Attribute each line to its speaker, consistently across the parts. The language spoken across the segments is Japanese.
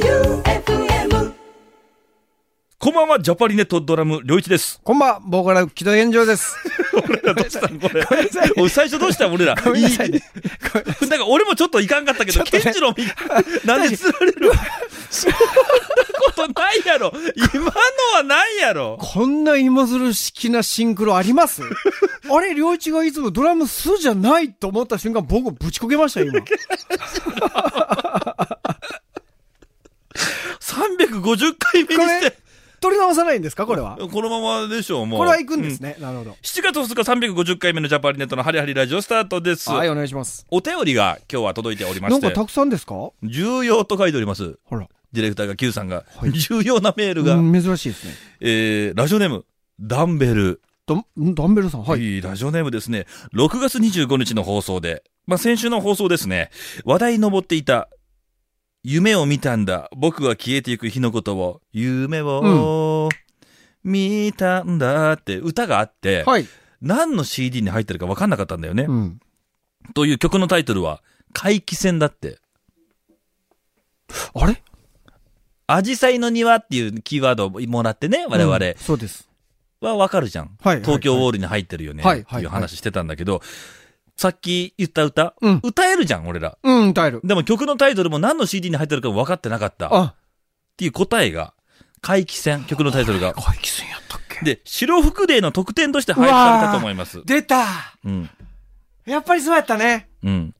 Speaker 1: J-O-E-U-F-M
Speaker 2: こんばんは、ジャパリネットドラム、りょういちです。
Speaker 3: こんばんは、ボーカル、木戸炎上 です。
Speaker 2: 俺らどうしたんこれ
Speaker 3: めんなさい。
Speaker 2: おい最初どうしたん俺ら。
Speaker 3: ごめんなさいね。
Speaker 2: いいなんか俺もちょっといかんかったけど、
Speaker 3: ちょっと
Speaker 2: ケ
Speaker 3: ね
Speaker 2: ンジロウもい なんで釣られるそんなことないやろ。今のはないやろ。
Speaker 3: こんな芋づる式なシンクロあります あれ、両一がいつもドラム数じゃないと思った瞬間、僕ぶちこけましたよ、 今。
Speaker 2: 350回目に
Speaker 3: こ
Speaker 2: し
Speaker 3: れ
Speaker 2: て。、
Speaker 3: 取り直さないんですかこれは。
Speaker 2: このままでしょう、もう。
Speaker 3: これは行くんです
Speaker 2: ね。
Speaker 3: ね。なるほど。
Speaker 2: 7月2日350回目のジャパリネットのハリハリラジオスタートです。
Speaker 3: はい、お願いします。
Speaker 2: お便りが今日は届いておりま
Speaker 3: な
Speaker 2: し
Speaker 3: んか
Speaker 2: て
Speaker 3: た、くさんですかほ
Speaker 2: 重要と書いております。
Speaker 3: ら。
Speaker 2: ディレクターが Q さんが、
Speaker 3: はい
Speaker 2: 重要なメールが、
Speaker 3: うん珍しいですね。
Speaker 2: えー、ラジオネーム、ダンベル。
Speaker 3: どんダンベルさん、
Speaker 2: は
Speaker 3: はい。
Speaker 2: い、ラジオネームですね。6月25日の放送で、まあ、先週の放送ですね。話題に上っていた、夢を見たんだ。僕は消えていく日のことを、夢を、見たんだって歌があって、
Speaker 3: はい。
Speaker 2: 何の CD に入ってるか分かんなかったんだよね。
Speaker 3: うん。
Speaker 2: という曲のタイトルは、怪奇戦だって。
Speaker 3: あれ
Speaker 2: アジサイの庭っていうキーワードをもらってね、我々。
Speaker 3: うんそうです。
Speaker 2: はわかるじゃん。
Speaker 3: はいはい
Speaker 2: 東京ウォールに入ってるよね。
Speaker 3: はいはい
Speaker 2: いう話してたんだけど、さっき言った歌、
Speaker 3: うん
Speaker 2: 歌えるじゃん、俺ら。
Speaker 3: うん、歌える。
Speaker 2: でも曲のタイトルも何の CD に入ってるかも分かってなかった。っ
Speaker 3: あ、
Speaker 2: ていう答えが、怪奇戦、曲のタイトルが。
Speaker 3: 怪奇戦やったっけ
Speaker 2: で、白福デーの特典として配布されたと思います。
Speaker 3: 出た
Speaker 2: うん。
Speaker 3: やっぱりそうやったね。
Speaker 2: うん。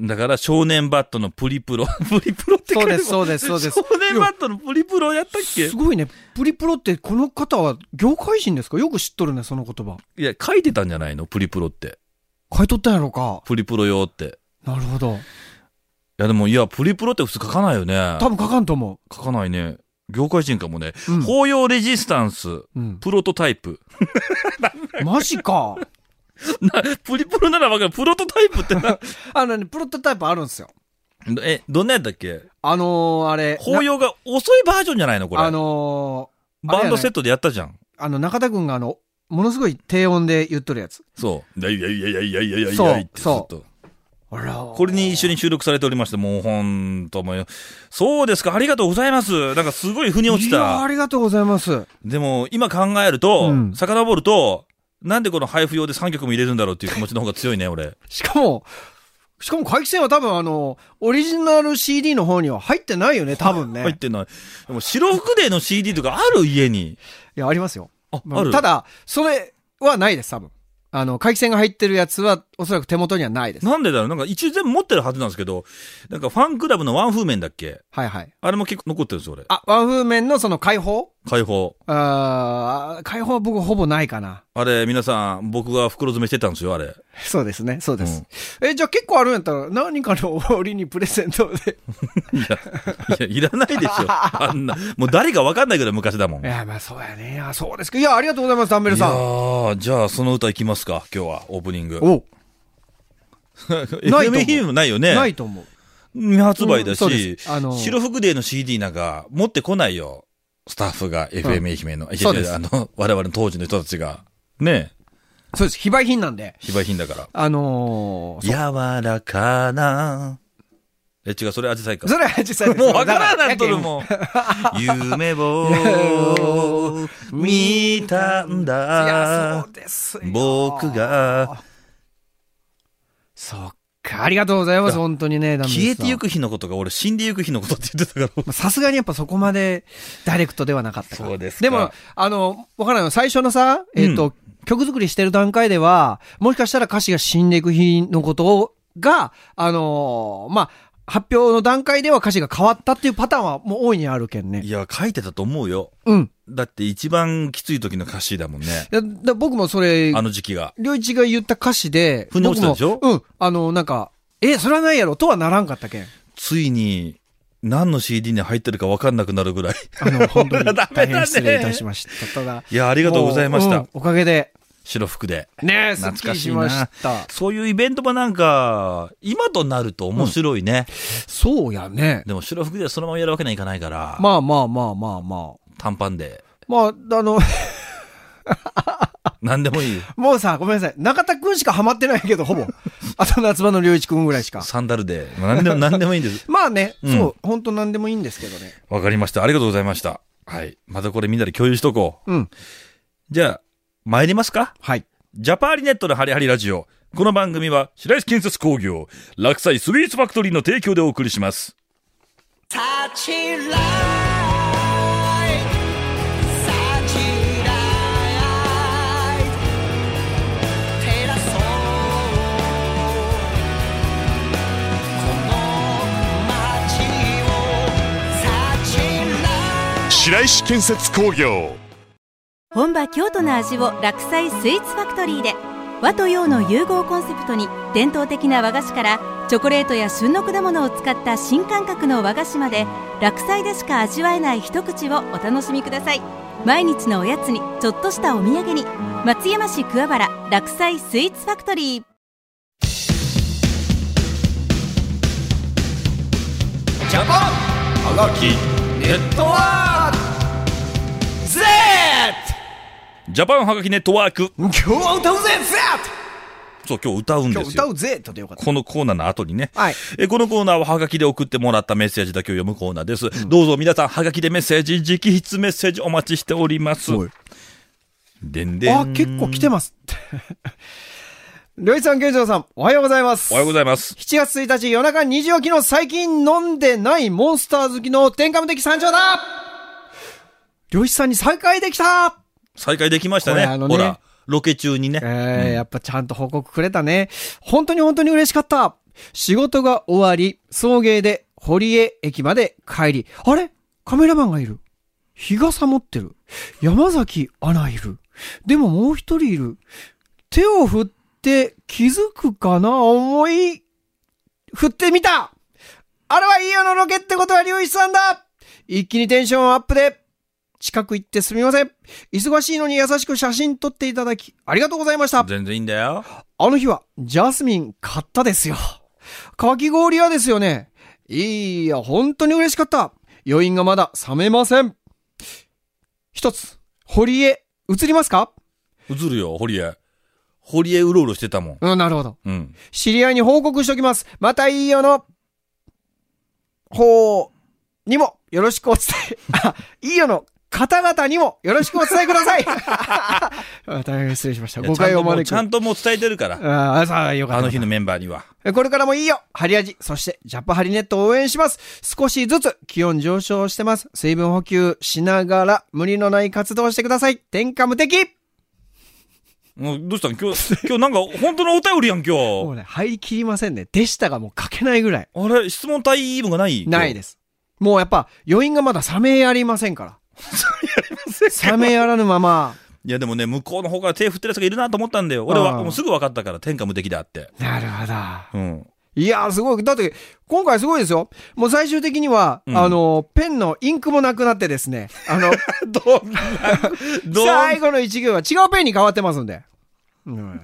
Speaker 2: だから、少年バットのプリプロ。 プリプロって書いてある
Speaker 3: そうですそうですそう
Speaker 2: 少
Speaker 3: です
Speaker 2: 年バットのプリプロやったっけ
Speaker 3: すごいね。プリプロってこの方は業界人ですかよく知っとるね、その言葉。
Speaker 2: いや、書いてたんじゃないのプリプロって。
Speaker 3: 買い取ったんやろか。
Speaker 2: プリプロ用って。
Speaker 3: なるほど。
Speaker 2: いや、でも、いや、プリプロって普通書かないよね。
Speaker 3: 多分書かんと思
Speaker 2: 書かないね。業界人かもね。
Speaker 3: う。うん。
Speaker 2: 法要レジスタンス、
Speaker 3: うん、
Speaker 2: プロトタイプ。
Speaker 3: マジか。
Speaker 2: な、プリプロならわかる。プロトタイプってな。
Speaker 3: あのね、プロトタイプあるんですよ。
Speaker 2: え、どんなやったっけ
Speaker 3: あのー、あれ。
Speaker 2: 法要が遅いバージョンじゃないのこれ。
Speaker 3: なあの
Speaker 2: バンドセットでやったじゃん。
Speaker 3: ー、あの、中田くんがあの、ものすごい低音で言っとるやつ。
Speaker 2: そう。いやいやいやいやいやいやいやい
Speaker 3: そう
Speaker 2: やいってずっと。
Speaker 3: あら。
Speaker 2: これに一緒に収録されておりまして、もうほんともうそうですか、ありがとうございます。なんかすごい腑に落ち
Speaker 3: いやあ
Speaker 2: た。
Speaker 3: りがとうございます。
Speaker 2: でも、今考えると、
Speaker 3: うん
Speaker 2: 遡ると、なんでこの配布用で3曲も入れるんだろうっていう気持ちの方が強いね、俺。
Speaker 3: しかも、しかも怪奇戦は多分あの、オリジナル CD の方には入ってないよね、多分ね。
Speaker 2: 入ってない。でも、白福デーの CD とかある家に。
Speaker 3: いや、ありますよ。
Speaker 2: あ、
Speaker 3: まあ
Speaker 2: ある
Speaker 3: ただ、それはないです、多分。あの、回帰線が入ってるやつは、おそらく手元にはないです。
Speaker 2: なんでだろうなんか一応全部持ってるはずなんですけど、なんかファンクラブのワン風面だっけ
Speaker 3: はいはい。
Speaker 2: あれも結構残ってるんですよ、俺。
Speaker 3: あ、ワンフーメンのその解放
Speaker 2: 解放。
Speaker 3: あー解放は僕ほぼないかな。
Speaker 2: あれ、皆さん、僕が袋詰めしてたんですよ、あれ。
Speaker 3: そうですね、そうです。え、じゃあ結構あるんやったら、何かの折にプレゼント で。
Speaker 2: いや、いやいらないでし ょ。あんな、もう誰かわかんないぐらい昔だもん。
Speaker 3: い
Speaker 2: いや
Speaker 3: や、まあそうやね。あそうですか。いや、ありがとうございます、ダンベルさん。
Speaker 2: ー、じゃあその歌いきますか、今日は、オープニン グ。
Speaker 3: おないと思う
Speaker 2: FM もないよね。
Speaker 3: ないと思う。
Speaker 2: 未発売だ
Speaker 3: うんそうで
Speaker 2: し、
Speaker 3: すあの
Speaker 2: 白福デーの CD なんか持ってこないよ。スタッフが、FM 愛媛の、いや
Speaker 3: そうです
Speaker 2: あの、我々の当時の人たちが。ね
Speaker 3: そうです。非売品なんで。
Speaker 2: 非売品だから。
Speaker 3: あのー、そう
Speaker 2: 柔らかな。え、違う、それ味サイか。
Speaker 3: それは実際
Speaker 2: もうわからんなっとる
Speaker 3: ん。
Speaker 2: もん。夢を見たん
Speaker 3: いや、
Speaker 2: だ
Speaker 3: そう。ですよ。
Speaker 2: 僕が
Speaker 3: そっか、ありがとうございます、本当にね、ダメです
Speaker 2: 消えてゆく日のことが俺死んでゆく日のことって言ってたから。
Speaker 3: まあさすがにやっぱそこまでダイレクトではなかったから。
Speaker 2: そうですか
Speaker 3: でも、あの、わからない。最初のさ、えっ、と、
Speaker 2: う
Speaker 3: 曲作りしてる段階では、もしかしたら歌詞が死んでいく日のことを、が、あのーまあ、発表の段階では歌詞が変わったっていうパターンはもう大いにあるけんね
Speaker 2: い。や、書いてたと思うよ。
Speaker 3: うん。
Speaker 2: だって一番きつい時の歌詞だもんね。
Speaker 3: いやだ僕もそれ、
Speaker 2: あの時期が。
Speaker 3: りょういちが言った歌詞で、
Speaker 2: 腑に落ちたでしょ
Speaker 3: 僕もうん。あの、なんか、え、それはないやろとはならんかったけん。
Speaker 2: ついに、何の CD に入ってるか分かんなくなるぐらい。
Speaker 3: あの、本当
Speaker 2: ダメ
Speaker 3: に
Speaker 2: だね
Speaker 3: 大変失礼いたしました。ただ、
Speaker 2: いや、あり
Speaker 3: あ
Speaker 2: がとうございました。
Speaker 3: おかげで。
Speaker 2: 白服で。
Speaker 3: ねえ、すっき
Speaker 2: 懐か
Speaker 3: り
Speaker 2: し
Speaker 3: し
Speaker 2: いな
Speaker 3: ました。
Speaker 2: そういうイベントもなんか、今となると面白いね。
Speaker 3: そうやね。
Speaker 2: でも白服ではそのままやるわけにはいかないから、
Speaker 3: まあまあまあまあまあ。
Speaker 2: 短パンで。
Speaker 3: まあ、あの、
Speaker 2: 何でもいい。
Speaker 3: もうさ、ごめんなさい。中田くんしかハマってないけど、ほぼ。あと夏場の良一くんぐらいしか。
Speaker 2: サンダルで、まあ 何でも、何でもいいんです。
Speaker 3: まあね、
Speaker 2: うん
Speaker 3: そう、本当なんでもいいんですけどね。
Speaker 2: わかりました。ありがとうございました。はい。またこれみんなで共有しとこう。
Speaker 3: うん。
Speaker 2: じゃあ、参りますか
Speaker 3: はい。
Speaker 2: ジャパーリネットのハリハリラジオ。この番組は白石建設工業、落栽スイーツファクトリーの提供でお送りします。
Speaker 4: 白石建設工業
Speaker 5: 本場京都の味を落菜スイーツファクトリーで和と洋の融合コンセプトに伝統的な和菓子からチョコレートや旬の果物を使った新感覚の和菓子まで落菜でしか味わえない一口をお楽しみください毎日のおやつにちょっとしたお土産に松山市桑原落菜スイーツファクトリー
Speaker 2: ジャパンはがきネットワーク Z! ジャパンはがきネットワーク。
Speaker 3: 今日は歌うぜ、ゼ
Speaker 2: そう、今日歌うんで
Speaker 3: 今日
Speaker 2: す
Speaker 3: 歌
Speaker 2: よ。
Speaker 3: うぜとでよかった。
Speaker 2: このコーナーの後にね。
Speaker 3: はい。
Speaker 2: えこのコーナーはハガキで送ってもらったメッセージだけを読むコーナーです。どうぞ皆さん、ハガキでメッセージ、直筆メッセージお待ちしております。
Speaker 3: はい
Speaker 2: でんでん。
Speaker 3: あ、結構来てます。 りょういさん、けんじょうさん、おはようございます。
Speaker 2: おはようございます。
Speaker 3: 7月1日夜中2時起きの最近飲んでないモンスター好きの天下無敵山頂だ漁師さんに再会できた
Speaker 2: 再開できましたね。
Speaker 3: これあのね
Speaker 2: ほら、ロケ中にね。
Speaker 3: えーやっぱちゃんと報告くれたね。本当に本当に嬉しかった。仕事が終わり、送迎で堀江駅まで帰り、あれカメラマンがいる。日傘持ってる。山崎アナいる。でももう一人いる。手を振って気づくかな思い、振ってみたあれはいいよのロケってことは龍一さんだ一気にテンションアップで、近く行ってすみません。忙しいのに優しく写真撮っていただき、ありがとうございました。
Speaker 2: 全然いいんだよ。
Speaker 3: あの日は、ジャスミン買ったですよ。かき氷屋ですよね。いや、本当に嬉しかった。余韻がまだ冷めません。一つ、堀江、映りますか
Speaker 2: 映るよ、堀江。堀江うろうろしてたもん。
Speaker 3: うん、なるほど。
Speaker 2: うん。
Speaker 3: 知り合いに報告しておきます。またいいよの、方にもよろしくお伝え、あ、いいよの方々にもよろしくお伝えく ださい。あ大変失礼しました。誤解を招く。
Speaker 2: ちゃんともうちゃんともう伝えてるから。
Speaker 3: ああ、さあ、よかった。
Speaker 2: あの日のメンバーには。
Speaker 3: これからもいいよハリアジそしてジャパハリネットを応援します少しずつ気温上昇してます。水分補給しながら無理のない活動をしてください天下無敵
Speaker 2: もうどうしたの今日、今日なんか本当のお便りや ん、
Speaker 3: もう
Speaker 2: 今
Speaker 3: ね、入りきりませんね。でしたがもう書けないぐらい。
Speaker 2: 日。あれ、質問タイムがない
Speaker 3: ない
Speaker 2: で。
Speaker 3: です。もうやっぱ余韻がまだ冷めやりませんから。冷めやらぬまま。
Speaker 2: いやでもね、向こうの方から手振ってる奴がいるなと思ったんだよ。俺は
Speaker 3: あー
Speaker 2: もうすぐ分かったから、天下無敵だって。
Speaker 3: なるほど。
Speaker 2: うん。
Speaker 3: いやーすごい。だって、今回すごいですよ。もう最終的には、
Speaker 2: うん
Speaker 3: あの、ペンのインクもなくなってですね、あ の、
Speaker 2: どう
Speaker 3: 最後の一行は違うペンに変わってますんで。うん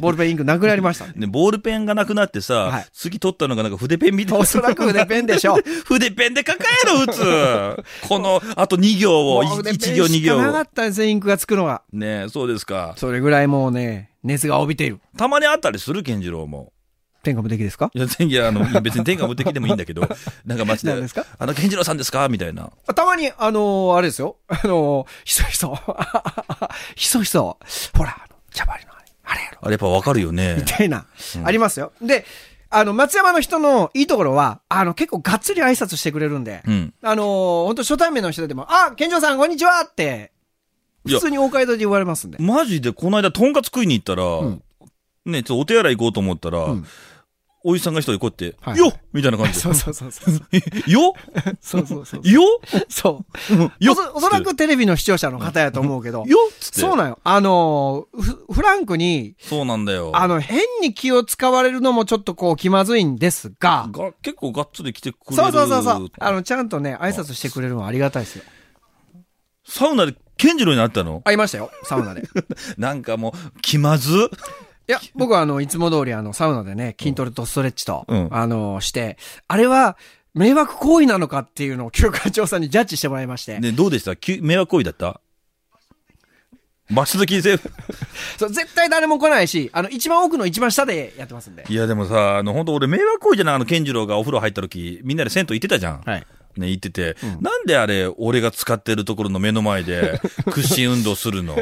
Speaker 3: ボールペンインクなくなりましたん で。
Speaker 2: ね、ボールペンがなくなってさ、
Speaker 3: はい
Speaker 2: 次取ったのがなんか筆ペンみたいな。
Speaker 3: おそらく筆ペンでしょう。
Speaker 2: 筆ペンで書かえろ、打つ。この、あと2行を、
Speaker 3: もう筆ペン
Speaker 2: 1行2
Speaker 3: しかなか
Speaker 2: 行を
Speaker 3: っ。たですね、インクがつくのが。
Speaker 2: ねえそうですか。
Speaker 3: それぐらいもうね、熱が帯びている。
Speaker 2: たまにあったりする、健次郎も。
Speaker 3: 天下無敵ですか
Speaker 2: いや、全然、あの、別に天下無敵でもいいんだけど、なんか街で、
Speaker 3: 何ですか
Speaker 2: あの、健次郎さんですかみたいな。
Speaker 3: たまに、あのーあれですよ。 あのーひそひそ。 ひそひそ。ほら、あのジャパリのあれ、あれやろ。
Speaker 2: あれやっぱわかるよね
Speaker 3: み。たいな、ありますよ。で、あの、松山の人のいいところは、あの、結構がっつり挨拶してくれるんで、
Speaker 2: うん。
Speaker 3: あのー、本当初対面の人でも、あ、健常さんこんにちはって、
Speaker 2: いや
Speaker 3: 普通に大街道で言われますんで。
Speaker 2: マジで、この間、とんかつ食いに行ったら、
Speaker 3: ん
Speaker 2: ね、ちょっとお手洗い行こうと思ったら、
Speaker 3: うん
Speaker 2: おじさんが一人こうやって、
Speaker 3: はい
Speaker 2: よっみたいな感じ
Speaker 3: そうそうそうそう。
Speaker 2: で。よ
Speaker 3: そうそうそう。
Speaker 2: よ
Speaker 3: そう。
Speaker 2: よ
Speaker 3: おそおそらくテレビの視聴者の方やと思うけど、
Speaker 2: よっつって。
Speaker 3: そうなんよ。あのー、フフランクに、
Speaker 2: そうなんだよ。
Speaker 3: あの、変に気を使われるのもちょっとこう気まずいんですが、
Speaker 2: が結構がっつり来てくれる。
Speaker 3: そうそうそうそう。あの、ちゃんとね、挨拶してくれるのはありがたいですよ。
Speaker 2: サウナで健次郎になったの
Speaker 3: ありましたよ、サウナで。
Speaker 2: なんかもう、気まず
Speaker 3: いや、僕はあの、いつも通りあの、サウナでね、筋トレとストレッチと、
Speaker 2: うん
Speaker 3: あの、して、あれは、迷惑行為なのかっていうのを、教科長さんにジャッジしてもらいまして。
Speaker 2: ね、どうでしたき迷惑行為だったマスきゼブ。
Speaker 3: そう絶対誰も来ないし、あの、一番奥の一番下でやってますんで。
Speaker 2: いやでもさ、あの、本当俺迷惑行為じゃないあの、健次郎がお風呂入った時、みんなで銭湯行ってたじゃん。
Speaker 3: はい。
Speaker 2: ね、行ってて、なんであれ、俺が使ってるところの目の前 で、屈伸運動するの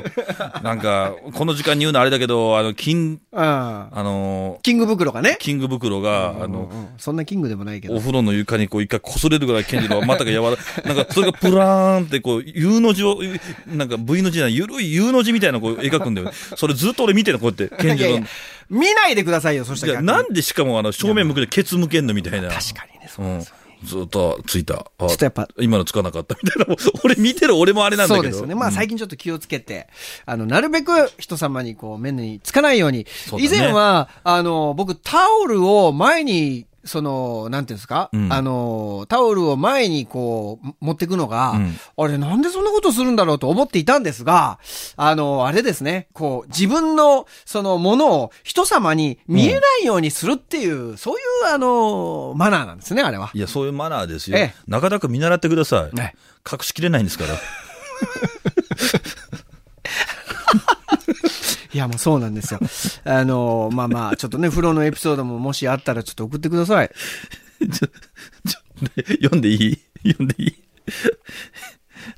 Speaker 2: なんか、この時間に言うのあれだけど、あの、金、
Speaker 3: ああ。
Speaker 2: あの、
Speaker 3: キング袋がね。
Speaker 2: キング袋が、あの、
Speaker 3: うんそんなキングでもないけ
Speaker 2: お
Speaker 3: ど。
Speaker 2: 風呂の床にこう一回擦れるぐらい健次郎はまたが柔らかなんかそれがプラーンってこう U の字を、なんか V の字じゃない、ゆるい U の字みたいなのをこう描くんだよ。それずっと俺見てるの、こうやって。健
Speaker 3: いやい
Speaker 2: 次
Speaker 3: や
Speaker 2: 郎の。
Speaker 3: 見ないでくださいよ、そした
Speaker 2: い
Speaker 3: ら
Speaker 2: や
Speaker 3: 逆に。
Speaker 2: なんでしかもあの正面向けてケツ向けんのみたいな。
Speaker 3: 確かにね、そう
Speaker 2: う
Speaker 3: なん
Speaker 2: ん
Speaker 3: ですよね。
Speaker 2: ずっとついた。あ
Speaker 3: ちょっとやっぱ
Speaker 2: 今のつかなかったみたいな。 俺見てる俺もあれなんだけ
Speaker 3: そ
Speaker 2: ど。
Speaker 3: うですよね。まあ最近ちょっと気をつけて、あの、なるべく人様にこう、目につかないように。
Speaker 2: そうだ
Speaker 3: 以
Speaker 2: ね
Speaker 3: 前は、あの、僕、タオルを前に、その、なんていうんですか、
Speaker 2: うん
Speaker 3: あの、タオルを前にこう、持ってくのが、
Speaker 2: うん
Speaker 3: あれ、なんでそんなことするんだろうと思っていたんですが、あの、あれですね、こう、自分の、その、ものを人様に見えないようにするっていう、そういう、あの、マナーなんですね、あれは。
Speaker 2: いや、そういうマナーですよ。
Speaker 3: ええ
Speaker 2: 中田君見習ってください。
Speaker 3: ね
Speaker 2: 隠しきれないんですから。
Speaker 3: いや、もうそうなんですよ。 あの、まあまあ、ちょっとね、風呂のエピソードももしあったらちょっと送ってください。
Speaker 2: ちょ、ちょ、ね読んでいい 読んでいい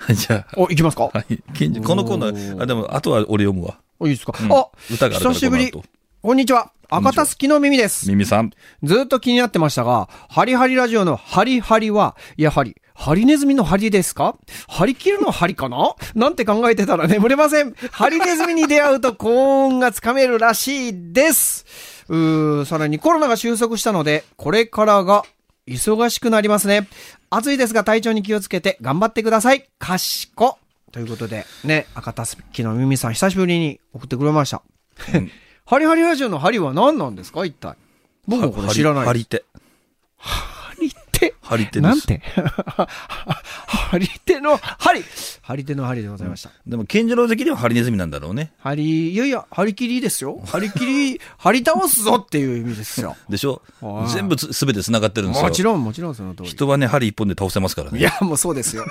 Speaker 2: はい、じゃ
Speaker 3: お、いきますか
Speaker 2: あ。はい。ケンジこのコーナー、あ、でも、あとは俺読むわ。
Speaker 3: お、いいですか。
Speaker 2: うん
Speaker 3: あ、
Speaker 2: 歌があるから
Speaker 3: 久しぶり
Speaker 2: この後。
Speaker 3: こんにちは。赤たすきの耳です。
Speaker 2: ミミさん。
Speaker 3: ずっと気になってましたが、ハリハリラジオのハリハリは、やはり、ハリネズミのハリですかハリキルのハリかななんて考えてたら 眠れません。ハリネズミに出会うと幸運がつかめるらしいです。うー、さらにコロナが収束したので、これからが忙しくなりますね。暑いですが体調に気をつけて頑張ってください。かしこ。ということで、ね、赤たすきのミミさん久しぶりに送ってくれました。ハリハリラジオのハリは何なんですか一体。僕もこ れ知らないです
Speaker 2: 張り手。
Speaker 3: 張り手。
Speaker 2: 張り手です。
Speaker 3: なんて 張り手の針張り手の針でございました。
Speaker 2: でも、ケンジロウ的にはハリネズミなんだろうね。
Speaker 3: 張り、いやいや、張り切りですよ。張り切り、張り倒すぞっていう意味ですよ。
Speaker 2: でしょ
Speaker 3: あー
Speaker 2: 全部すべて繋がってるんですよ。
Speaker 3: もちろん、もちろ んその通り。
Speaker 2: 人はね、針一本で倒せますから
Speaker 3: い
Speaker 2: ね。
Speaker 3: や、もうそうです よ。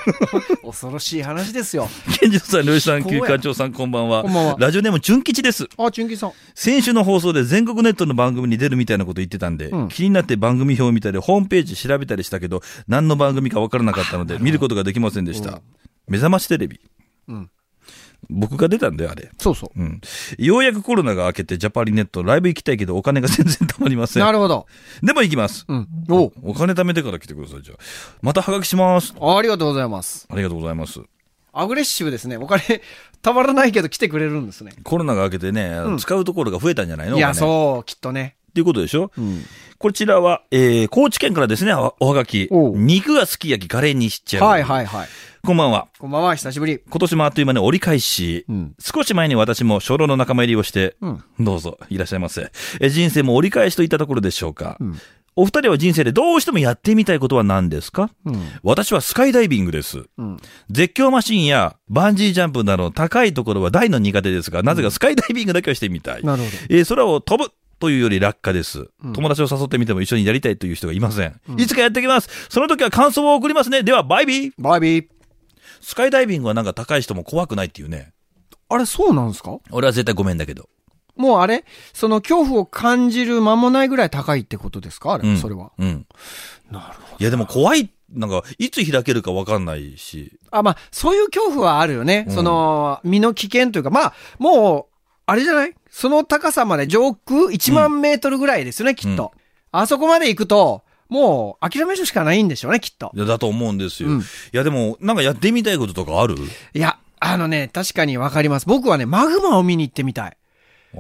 Speaker 3: 恐ろしい話ですよ。
Speaker 2: 健二郎 さん、漁師さん、
Speaker 3: こうや
Speaker 2: 休館長さん、こんばんは。
Speaker 3: こんばんは
Speaker 2: ラジオネーム、純吉です。
Speaker 3: あ、純喜さん。
Speaker 2: 先週の放送で全国ネットの番組に出るみたいなこと言ってたんで、
Speaker 3: うん
Speaker 2: 気になって番組表を見たり、ホームページ調べたりしたけど、何の番組か分からなかったので、見ることができませんでした。目覚ましテレビ。
Speaker 3: うん
Speaker 2: 僕が出たんだよ、あれ。
Speaker 3: そうそう。
Speaker 2: うん。ようやくコロナが明けて、ジャパリネット、ライブ行きたいけど、お金が全然貯まりません。
Speaker 3: なるほど。
Speaker 2: でも行きます。
Speaker 3: うん。おう
Speaker 2: お金貯めてから来てください、じゃあ。またハガキします。
Speaker 3: ありがとうございます。
Speaker 2: ありがとうございます。
Speaker 3: アグレッシブですね。お金、たまらないけど来てくれるんですね。
Speaker 2: コロナが明けてね、
Speaker 3: ん
Speaker 2: 使うところが増えたんじゃないの
Speaker 3: いや、
Speaker 2: う。
Speaker 3: そう、きっとね。
Speaker 2: っていうことでしょ
Speaker 3: うん。
Speaker 2: こちらは、えー、高知県からですね、おおはがき。
Speaker 3: おう
Speaker 2: 肉がすき焼き、カレーにしちゃう。
Speaker 3: はいはいはい。
Speaker 2: こんばんは。
Speaker 3: こんばんは、久しぶり。
Speaker 2: 今年もあっという間に折り返し、
Speaker 3: うん
Speaker 2: 少し前に私も初老の仲間入りをして、
Speaker 3: ん
Speaker 2: どうぞ、いらっしゃいませ。え人生も折り返しといったところでしょうか。お二人は人生でどうしてもやってみたいことは何ですか、私はスカイダイビングです、絶叫マシンやバンジージャンプなどの高いところは大の苦手ですが、なぜかスカイダイビングだけはしてみたい。
Speaker 3: なるほど
Speaker 2: えー空を飛ぶというより落下です、友達を誘ってみても一緒にやりたいという人がいません。いつかやってきます。その時は感想を送りますね。では、バイビー。
Speaker 3: バイビー。
Speaker 2: スカイダイビングはなんか高い人も怖くないっていうね。
Speaker 3: あれ、そうなんですか
Speaker 2: 俺は絶対ごめんだけど。
Speaker 3: もうあれその恐怖を感じる間もないぐらい高いってことですかあれ、
Speaker 2: うん。
Speaker 3: それは。
Speaker 2: うん。
Speaker 3: なるほど。
Speaker 2: いやでも怖い、なんか、いつ開けるかわかんないし。
Speaker 3: あ、まあ、そういう恐怖はあるよね。
Speaker 2: うん
Speaker 3: その、身の危険というか、まあ、もう、あれじゃないその高さまで上空1万メートルぐらいですよね、きっと。あそこまで行くと、もう諦めるしかないんでしょうね、きっと
Speaker 2: い。やだと思うんですよ。
Speaker 3: うん
Speaker 2: いやでも、なんかやってみたいこととかある
Speaker 3: いや、あのね、確かにわかります。僕はね、マグマを見に行ってみたい。
Speaker 2: あ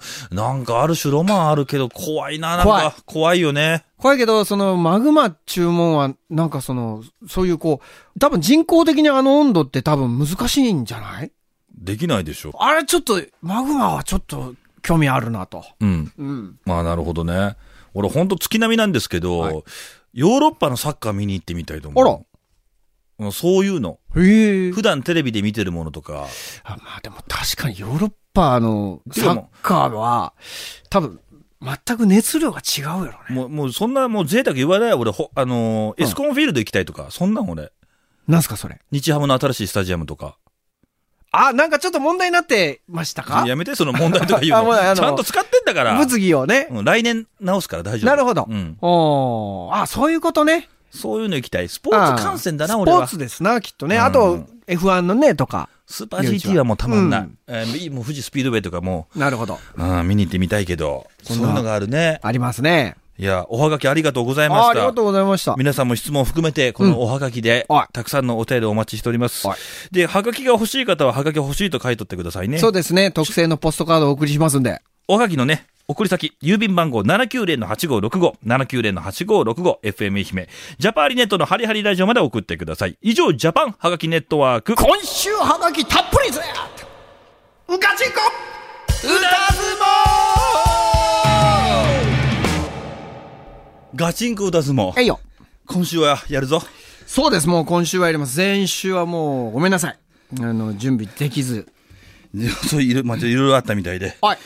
Speaker 2: あ、なんかある種ロマンあるけど怖いな、なん
Speaker 3: 怖い
Speaker 2: か怖いよね。
Speaker 3: 怖いけど、その、マグマ注文は、なんかその、そういうこう、多分人工的にあの温度って多分難しいんじゃない
Speaker 2: できないでしょ。
Speaker 3: あれちょっと、マグマはちょっと興味あるなと。
Speaker 2: うん。
Speaker 3: うん。
Speaker 2: まあなるほどね。俺ほんと月並みなんですけど、ヨーロッパのサッカー見に行ってみたいと思う。うんそういうの。
Speaker 3: へえ。
Speaker 2: 普段テレビで見てるものとか。
Speaker 3: あまあでも確かにヨーロッパの
Speaker 2: で
Speaker 3: サ
Speaker 2: も
Speaker 3: ッカーは、多分、全く熱量が違うやろね。
Speaker 2: もう、もうそんなもう贅沢言わない俺、ほ、あのー
Speaker 3: うん
Speaker 2: エスコンフィールド行きたいとか、そんなん俺。
Speaker 3: なんすかそれ。
Speaker 2: 日ハムの新しいスタジアムとか。
Speaker 3: あ、なんかちょっと問題になってましたか
Speaker 2: やめて、その問題とか言う
Speaker 3: あもうあ
Speaker 2: の。
Speaker 3: の
Speaker 2: ちゃんと使ってんだから。
Speaker 3: 物議をね。
Speaker 2: うん来年直すから大丈夫。
Speaker 3: なるほど
Speaker 2: うん。
Speaker 3: おーあ、そういうことね。
Speaker 2: そういうの行きたい。スポーツ観戦だな、
Speaker 3: あー
Speaker 2: 俺は。
Speaker 3: スポー
Speaker 2: ス
Speaker 3: ツですな、きっとね。
Speaker 2: うん
Speaker 3: あと、F1 のね、とか。
Speaker 2: ーパー GT はもうたまんない。
Speaker 3: うん
Speaker 2: えーもう富士スピードウェイとかも
Speaker 3: なるほど。
Speaker 2: う、うん見に行ってみたいけど、そ
Speaker 3: そ
Speaker 2: うんい
Speaker 3: な
Speaker 2: うのがあるね。
Speaker 3: ありますね。
Speaker 2: いや、おはがきありがとうございまし
Speaker 3: あ
Speaker 2: た。
Speaker 3: ーありがとうございました。
Speaker 2: 皆さんも質問を含めて、このおはがきで
Speaker 3: うんはい、
Speaker 2: たくさんのお便りをお待ちしております
Speaker 3: はい。
Speaker 2: で、はがきが欲しい方は、はがき欲しいと書いとってくださいね。
Speaker 3: そうですね。特製のポストカードをお送りしますんで。
Speaker 2: おはがきのね、送り先、郵便番号790-8565、790-8565、FM 愛媛、ジャパーリネットのハリハリラジオまで送ってください。以上、ジャパンはがきネットワーク。
Speaker 3: 今週はがきたっぷりぜうかちんこ
Speaker 2: ガチンコ歌相撲
Speaker 3: えいよ。
Speaker 2: 今週はやるぞ。
Speaker 3: そうです。もう今週はやります。前週はもうごめんなさい。あの、準備できず。
Speaker 2: そういろ、まあ、ちょいろいろあったみたいで。
Speaker 3: はい。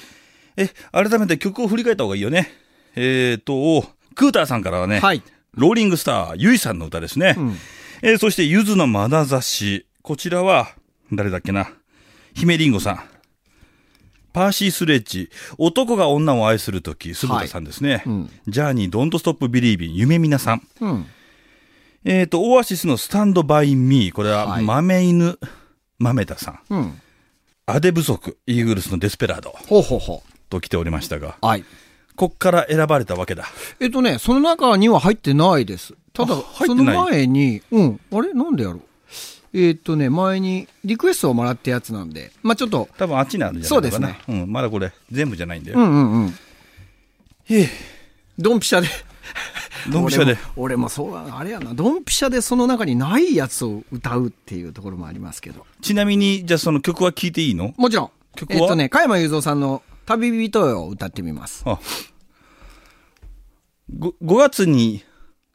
Speaker 2: え、改めて曲を振り返った方がいいよね。えーと、クーターさんからはね、
Speaker 3: はい。
Speaker 2: ローリングスター、ゆいさんの歌ですね。えーそして、ゆずのまなざし。こちらは、誰だっけな。姫りんごさん。パーシー・スレッジ、男が女を愛するとき、鈴田さんですね。ジャーニー、ドント・ストップ・ビリービン、夢みなさん。
Speaker 3: うん。
Speaker 2: えっ、と、オアシスのスタンド・バイ・ミー。これは、
Speaker 3: はい
Speaker 2: 豆犬、豆田さん。
Speaker 3: うん。
Speaker 2: アデ不足、イーグルスのデスペラード。
Speaker 3: ほうほうほ
Speaker 2: と来ておりましたが、
Speaker 3: う。はい。
Speaker 2: こっから選ばれたわけだ。
Speaker 3: えっとね、その中には入ってないです。ただ、
Speaker 2: あ入って
Speaker 3: そ
Speaker 2: な
Speaker 3: の
Speaker 2: い
Speaker 3: 前に、うん。あれなんでやろうえっとね、前にリクエストをもらったやつなんで、まあちょっと、
Speaker 2: 多分あっちにあるんじゃないのかな。
Speaker 3: そうです
Speaker 2: ね。うん、まだこれ、全部じゃないんだよ。
Speaker 3: うんうんうん。
Speaker 2: へえ
Speaker 3: ドンピシャで。
Speaker 2: ドンピシャで
Speaker 3: 俺も俺もそうだあれやなドンピシャでその中にないやつを歌うっていうところもありますけど
Speaker 2: ちなみに、じゃあその曲は聴いていいの
Speaker 3: もちろん
Speaker 2: 曲は
Speaker 3: えっとね加山雄三さんの「旅人よ」を歌ってみます
Speaker 2: あご 5, 月に、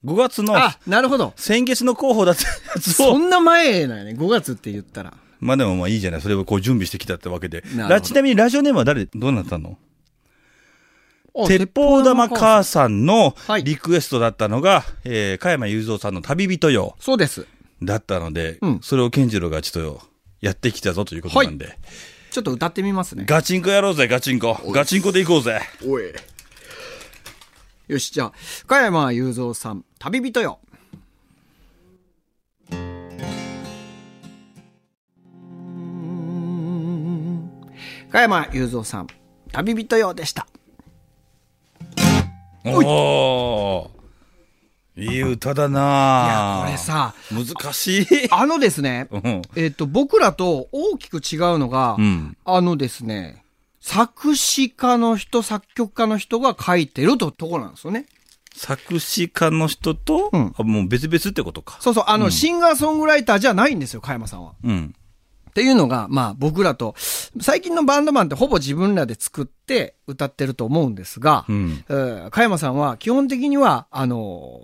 Speaker 2: 5月の
Speaker 3: あなるほど
Speaker 2: 先月の候補だったやつ
Speaker 3: そ
Speaker 2: を、
Speaker 3: んな前なんやね5月って言ったら
Speaker 2: まあでもまあいいじゃない。それをこう準備してきたってわけで。
Speaker 3: なるほど
Speaker 2: ラちなみにラジオネームは誰、どうなったの
Speaker 3: あ
Speaker 2: 鉄砲玉母さんの
Speaker 3: はい
Speaker 2: リクエストだったのが、えー、加山雄三さんの旅人よ
Speaker 3: そうです
Speaker 2: だったので、
Speaker 3: うん
Speaker 2: それを健次郎がちょっとやってきたぞということなんで、
Speaker 3: ちょっと歌ってみますね
Speaker 2: ガチンコやろうぜ、ガチンコ。ガチンコでいこうぜ。
Speaker 3: おいよしじゃあ加山雄三さん「旅人よ」加山雄三さん「旅人よ」でした
Speaker 2: おおいい歌だ
Speaker 3: い
Speaker 2: な
Speaker 3: やこれさ
Speaker 2: 難しい。
Speaker 3: あのですね
Speaker 2: うん
Speaker 3: えっ、と僕らと大きく違うのが、
Speaker 2: うん。
Speaker 3: あのですね作詞家の人作曲家の人が書いてるとところなんですよね
Speaker 2: 作詞家の人と、
Speaker 3: うん
Speaker 2: あもう別々ってことか。
Speaker 3: そうそうあの、シンガーソングライターじゃないんですよ加山さんは
Speaker 2: うん。
Speaker 3: っていうのが、まあ僕らと、最近のバンドマンってほぼ自分らで作って歌ってると思うんですが、
Speaker 2: うん。
Speaker 3: えー加山さんは基本的には、あの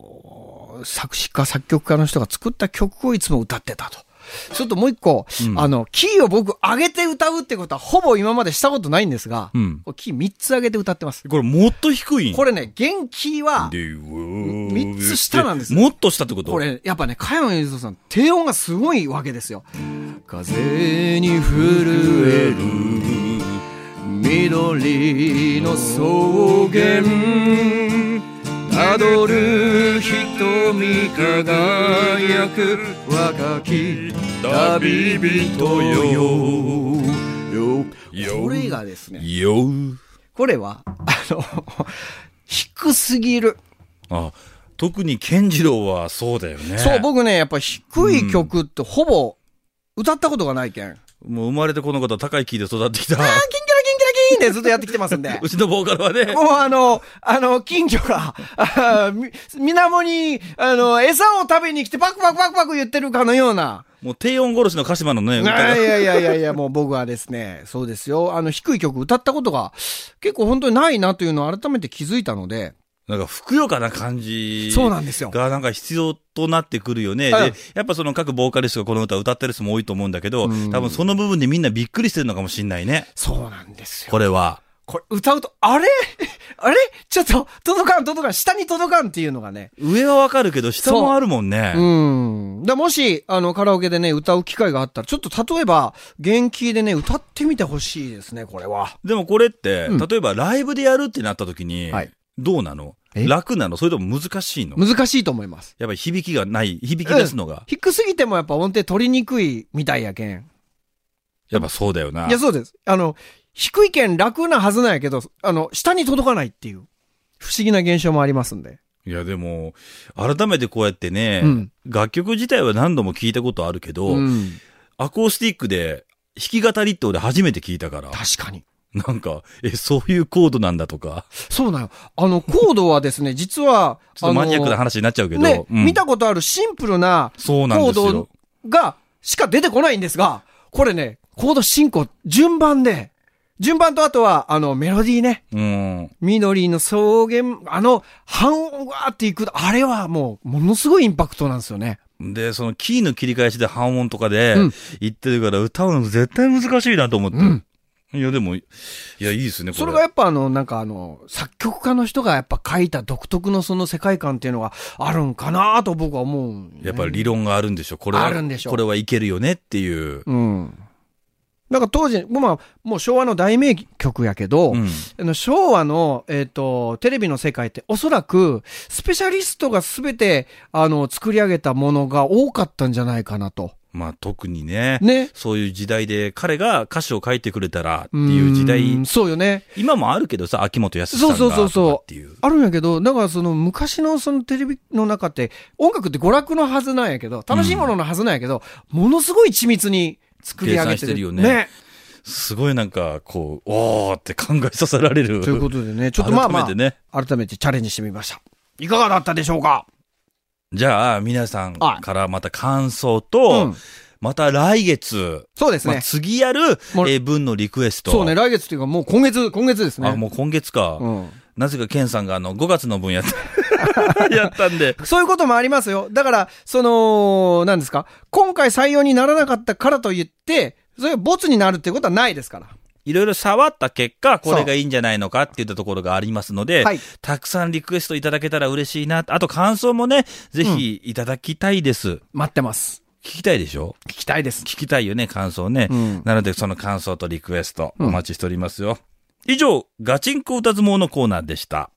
Speaker 3: ー作詞家、作曲家の人が作った曲をいつも歌ってたと。ちょっともう一個、
Speaker 2: ん
Speaker 3: あの、キーを僕上げて歌うってことはほぼ今までしたことないんですが、
Speaker 2: うん
Speaker 3: キー3つ上げて歌ってます。
Speaker 2: これもっと低いん
Speaker 3: これね、元気は、
Speaker 2: 三
Speaker 3: 三つ下なんですよ
Speaker 2: もっと下ってこと
Speaker 3: これ、やっぱね、加山雄三さん、低音がすごいわけですよ。風に震える緑の草原たどる瞳輝く若き旅人よ
Speaker 2: よ
Speaker 3: これがですね
Speaker 2: よ
Speaker 3: これはあの 低すぎる、
Speaker 2: あ、特に健次郎はそうだよね。
Speaker 3: そう僕ねやっぱ低い曲ってほぼ歌ったことがないけん、
Speaker 2: もう生まれてこの方高いキーで育ってきた。
Speaker 3: キンキラキンキラキンってずっとやってきてますんで
Speaker 2: うちのボーカルはね。
Speaker 3: もうあの、あの、金魚が、あーみ水面に、あの、餌を食べに来てパクパクパクパク言ってるかのような。
Speaker 2: もう低音殺しの鹿島のね、
Speaker 3: い
Speaker 2: 歌
Speaker 3: やい
Speaker 2: が。
Speaker 3: やいやいやいや、もう僕はですね、そうですよ。あの、低い曲歌ったことが結構本当にないなというのを改めて気づいたので、
Speaker 2: なんか、ふくよかな感じ。
Speaker 3: そうなんですよ。
Speaker 2: がなんか必要となってくるよね。
Speaker 3: うん
Speaker 2: で、やっぱその各ボーカリストがこの歌を歌ってる人も多いと思うんだけど、
Speaker 3: うん
Speaker 2: 多分その部分でみんなびっくりしてるのかもしんないね。
Speaker 3: そうなんですよ。
Speaker 2: これは。
Speaker 3: これ歌うと、あれ あれちょっと、届かん、届かん、下に届かんっていうのがね。
Speaker 2: 上はわかるけど、下もあるもんね。
Speaker 3: うん。だもし、あの、カラオケでね、歌う機会があったら、ちょっと例えば、元気でね、歌ってみてほしいですね、これは。
Speaker 2: でもこれって、
Speaker 3: うん
Speaker 2: 例えばライブでやるってなった時に、
Speaker 3: はい
Speaker 2: どうなの
Speaker 3: え
Speaker 2: 楽なのそれとも難しいの
Speaker 3: 難しいと思います。
Speaker 2: やっぱり響きがない、響き出すのが。
Speaker 3: 低すぎてもやっぱ音程取りにくいみたいやけん。
Speaker 2: やっぱそうだよない
Speaker 3: や、。そうです。あの、低いけん楽なはずなんやけど、あの、下に届かないっていう、不思議な現象もありますんで。
Speaker 2: いや、でも、改めてこうやってね、
Speaker 3: うん
Speaker 2: 楽曲自体は何度も聞いたことあるけど、
Speaker 3: うん。
Speaker 2: アコースティックで弾き語りって俺初めて聞いたから、
Speaker 3: 確かに。
Speaker 2: なんか、え、そういうコードなんだとか、
Speaker 3: そうなの。あの、コードはですね、実は、
Speaker 2: ちょっとマニアックな話になっちゃうけ
Speaker 3: け
Speaker 2: ど、
Speaker 3: ね、
Speaker 2: うん
Speaker 3: 見たことあるシンプルな
Speaker 2: そう
Speaker 3: コ
Speaker 2: なんで
Speaker 3: ー
Speaker 2: すよ
Speaker 3: ド。が、しか出てこないんですが、これね、コード進行、順番で、順番とあとは、あの、メロディーね、
Speaker 2: うん。
Speaker 3: 緑の草原、あの、半音わーっていく、あれはもう、ものすごいインパクトなんですよね。
Speaker 2: で、そのキーの切り返しで半音とかで
Speaker 3: うん
Speaker 2: 言ってるから歌うの絶対難しいなと思って。
Speaker 3: うん
Speaker 2: いや、でも、いや、いいですね、これ。
Speaker 3: それがやっぱあの、なんかあの、作曲家の人がやっぱ書いた独特のその世界観っていうのがあるんかなと僕は思うんよね、
Speaker 2: やっぱり理論があるんでしょ。これは、
Speaker 3: あるんでしょ
Speaker 2: これはいけるよねっていう。
Speaker 3: うん。なんか当時、まあ、もう昭和の大名曲やけど、
Speaker 2: うん。
Speaker 3: あの昭和の、えっ、と、テレビの世界っておそらく、スペシャリストが全て、あの、作り上げたものが多かったんじゃないかなと。
Speaker 2: まあ、特にね。
Speaker 3: ね。
Speaker 2: そういう時代で、彼が歌詞を書いてくれたらっていう時
Speaker 3: う
Speaker 2: 代
Speaker 3: ん、そうよね。
Speaker 2: 今もあるけどさ、秋元康さんが
Speaker 3: そうそうそうそう
Speaker 2: とかっていう。
Speaker 3: あるんやけど、だからその昔のそのテレビの中って、音楽って娯楽のはずなんやけど、楽しいもののはずなんやけど、ものすごい緻密に作り上げ
Speaker 2: 計算してて
Speaker 3: る。
Speaker 2: るよねすごいなんか、こう、おーって考えさせられる。
Speaker 3: ということでね、ちょっとまあまあ、
Speaker 2: 改め
Speaker 3: 改
Speaker 2: て
Speaker 3: め
Speaker 2: ね。
Speaker 3: てチャレンジしてみました。いかがだったでしょうか
Speaker 2: じゃあ、皆さん
Speaker 3: はい
Speaker 2: からまた感想と、
Speaker 3: うん
Speaker 2: また来月、
Speaker 3: そうです
Speaker 2: ま
Speaker 3: ね。
Speaker 2: あ、次やる、え
Speaker 3: もう
Speaker 2: ー文のリクエスト。
Speaker 3: そうね、来月っていうかもう今月、今月ですね。
Speaker 2: あ、もう今月か。
Speaker 3: うん
Speaker 2: なぜかケンさんがあの、5月の分や った、 やったんで。
Speaker 3: そういうこともありますよ。だから、その、何ですか今回採用にならなかったからといって、それがボツになるっていうことはないですから。
Speaker 2: いろいろ触った結果、これがいいんじゃないのかって言ったところがありますので、
Speaker 3: はい
Speaker 2: たくさんリクエストいただけたら嬉しいな。あと感想もね、ぜひいただきたいです。
Speaker 3: 待ってます。
Speaker 2: 聞きたいでしょ
Speaker 3: 聞きたいです。
Speaker 2: 聞きたいよね、感想ね。
Speaker 3: うん
Speaker 2: なので、その感想とリクエスト、お待ちしておりますよ。以上、ガチンコ歌相撲のコーナーでした。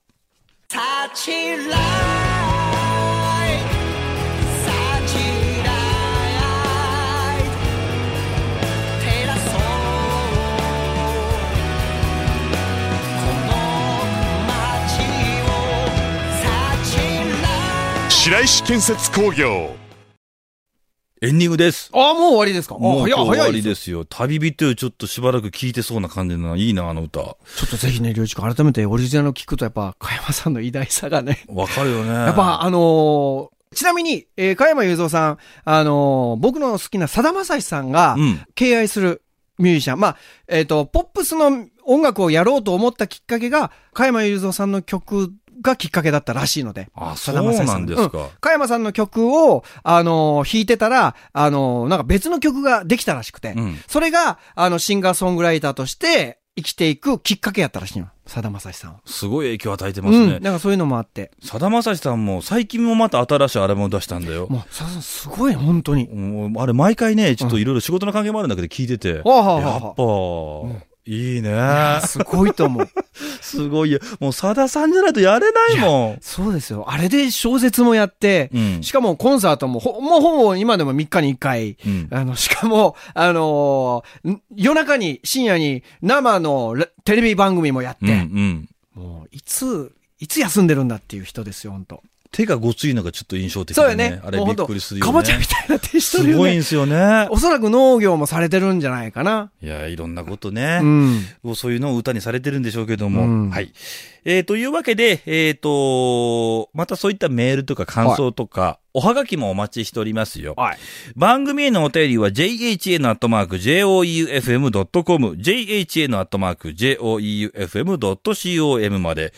Speaker 4: 白石建設工業
Speaker 2: エンディングです。
Speaker 3: ああ、もう終わりですか
Speaker 2: もう
Speaker 3: あ
Speaker 2: 今日
Speaker 3: 早い
Speaker 2: 終
Speaker 3: 早
Speaker 2: わ
Speaker 3: い
Speaker 2: り
Speaker 3: です。
Speaker 2: ですよ。旅人よ、ちょっとしばらく聞いてそうな感じな、いいな、あの歌。
Speaker 3: ちょっとぜひね、りょうじくん改めてオリジナルを聞くとやっぱ、加山さんの偉大さがね。
Speaker 2: わかるよね。
Speaker 3: やっぱ、あのーちなみに、えー、加山雄三さん、あのー僕の好きなさだまさしさんが、
Speaker 2: うん。
Speaker 3: 敬愛するミュージシャン。まあ、えっ、と、ポップスの音楽をやろうと思ったきっかけが、加山雄三さんの曲がきっかけだったらしいので。
Speaker 2: あ、そ
Speaker 3: さ
Speaker 2: う
Speaker 3: だまさ
Speaker 2: な
Speaker 3: しさ
Speaker 2: んで
Speaker 3: の
Speaker 2: すか。
Speaker 3: うん加山さんの曲を、あのー弾いてたら、あのーなんか別の曲ができたらしくて、
Speaker 2: うん
Speaker 3: それが、あの、シンガーソングライターとして生きていくきっかけやったらしいの。さだまさしさんは。
Speaker 2: すごい影響を与えてます
Speaker 3: うん。
Speaker 2: ね。
Speaker 3: なんかそういうのもあって。
Speaker 2: さだまさしさんも最近もまた新しいアルバムを出したんだよ。
Speaker 3: もう、さださんすごい、本当に。
Speaker 2: うんあれ、毎回ね、ちょっといろいろ仕事の関係もあるんだけど聞いてて。やっ
Speaker 3: ああああ
Speaker 2: ぱ、いいね。
Speaker 3: すごいと 思う。
Speaker 2: すごいよ。もうさださんじゃないとやれないもん。
Speaker 3: そうですよ。あれで小説もやって、
Speaker 2: うん
Speaker 3: しかもコンサートもほ、もうほぼ今でも3日に1回、
Speaker 2: うん
Speaker 3: あの、しかも、あのーん夜中に、深夜に生のラテレビ番組もやって、
Speaker 2: うんうん。
Speaker 3: もう、いつ、いつ休んでるんだっていう人ですよ、本当
Speaker 2: 手がごついのがちょっと印象的
Speaker 3: そう
Speaker 2: だ
Speaker 3: よね
Speaker 2: ね。。あれ
Speaker 3: もう
Speaker 2: びっ
Speaker 3: ほんと
Speaker 2: くりするよね。
Speaker 3: かぼちゃみたいな手してる
Speaker 2: す
Speaker 3: よ
Speaker 2: ごいん
Speaker 3: ね。
Speaker 2: すよね。
Speaker 3: おそらく農業もされてるんじゃないかな。
Speaker 2: いや、いろんなこと
Speaker 3: う
Speaker 2: ね。
Speaker 3: ん。
Speaker 2: もうそういうのを歌にされてるんでしょうけども。
Speaker 3: うん
Speaker 2: はい。えー、というわけで、えー、と、またそういったメールとか感想とか、おはがきもお待ちしておりますよ。
Speaker 3: はい。
Speaker 2: 番組へのお便りは jhn.joufm.com、jhn.joufm.com まで。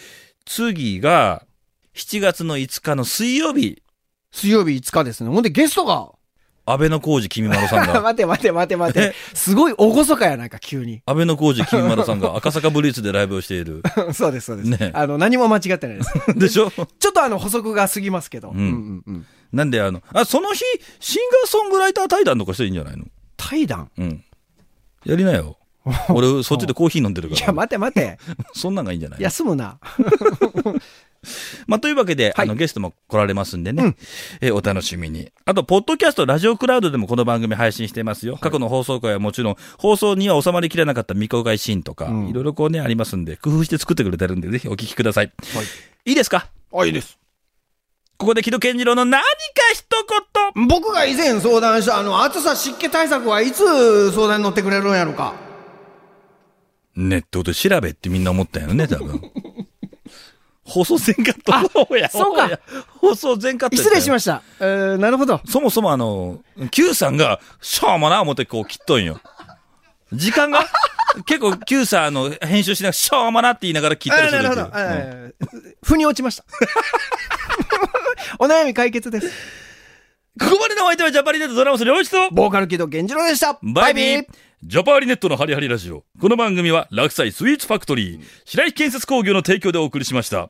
Speaker 2: 次が、7月の5日の水曜日。
Speaker 3: 水曜日5日ですね。ほんで、ゲストが、
Speaker 2: 安倍の浩二君丸さん が、
Speaker 3: 待て待て待て待て。すごい厳かやないか、急に。
Speaker 2: 安倍の浩二君丸さんが赤坂ブリーツでライブをしている。
Speaker 3: そうです、そうです。
Speaker 2: ね
Speaker 3: あの、何も間違ってないです。
Speaker 2: でしょ
Speaker 3: ちょっとあの、補足が過ぎますけど。うんうんうん。
Speaker 2: なんであの、あ、その日、シンガーソングライター対談とかしていいんじゃないの
Speaker 3: 対談
Speaker 2: うん。やりなよ。俺、そっちでコーヒー飲んでるか
Speaker 3: い
Speaker 2: ら。
Speaker 3: や、待て待て。
Speaker 2: そんなんがいいんじゃない
Speaker 3: 休むな。
Speaker 2: まあ、というわけで、
Speaker 3: は
Speaker 2: あ
Speaker 3: い
Speaker 2: の、ゲストも来られますんでね、えーお楽しみに。あと、ポッドキャスト、ラジオクラウドでもこの番組配信していますよ。過去の放送回はもちろん、放送には収まりきれなかった未公開シーンとか、
Speaker 3: うん
Speaker 2: いろいろこうね、ありますんで、工夫して作ってくれてるんで、ぜひお聞きください。い、いですか
Speaker 3: あ、いいです。
Speaker 2: ここで木戸健二郎の何か一言
Speaker 3: 僕が以前相談したあの、暑さ湿気対策はいつ相談に乗ってくれるんやろか。
Speaker 2: ネットで調べってみんな思ったよね、多 分。放送全カット。おや
Speaker 3: そうか
Speaker 2: おや放送全カット。
Speaker 3: 失礼しま
Speaker 2: し
Speaker 3: した。えー、なるほど。
Speaker 2: た。そもそもあの、Q さんが、しょうもな思ってこう切っとんよ。時間が、結構 Q さんあの、編集しながら、しょうもなって言いながら切ったり
Speaker 3: あ
Speaker 2: する
Speaker 3: な
Speaker 2: って
Speaker 3: る
Speaker 2: い
Speaker 3: ほ
Speaker 2: う
Speaker 3: ど。えー腑に落ちました。 お悩み解決です。
Speaker 2: うんここまでのお相手はジャパリネットドラマス両一と、
Speaker 3: ボーカル木戸源次郎でした。
Speaker 2: バイビージャパリネットのハリハリラジオ。この番組は、落栽スイーツファクトリー、白井建設工業の提供でお送りしました。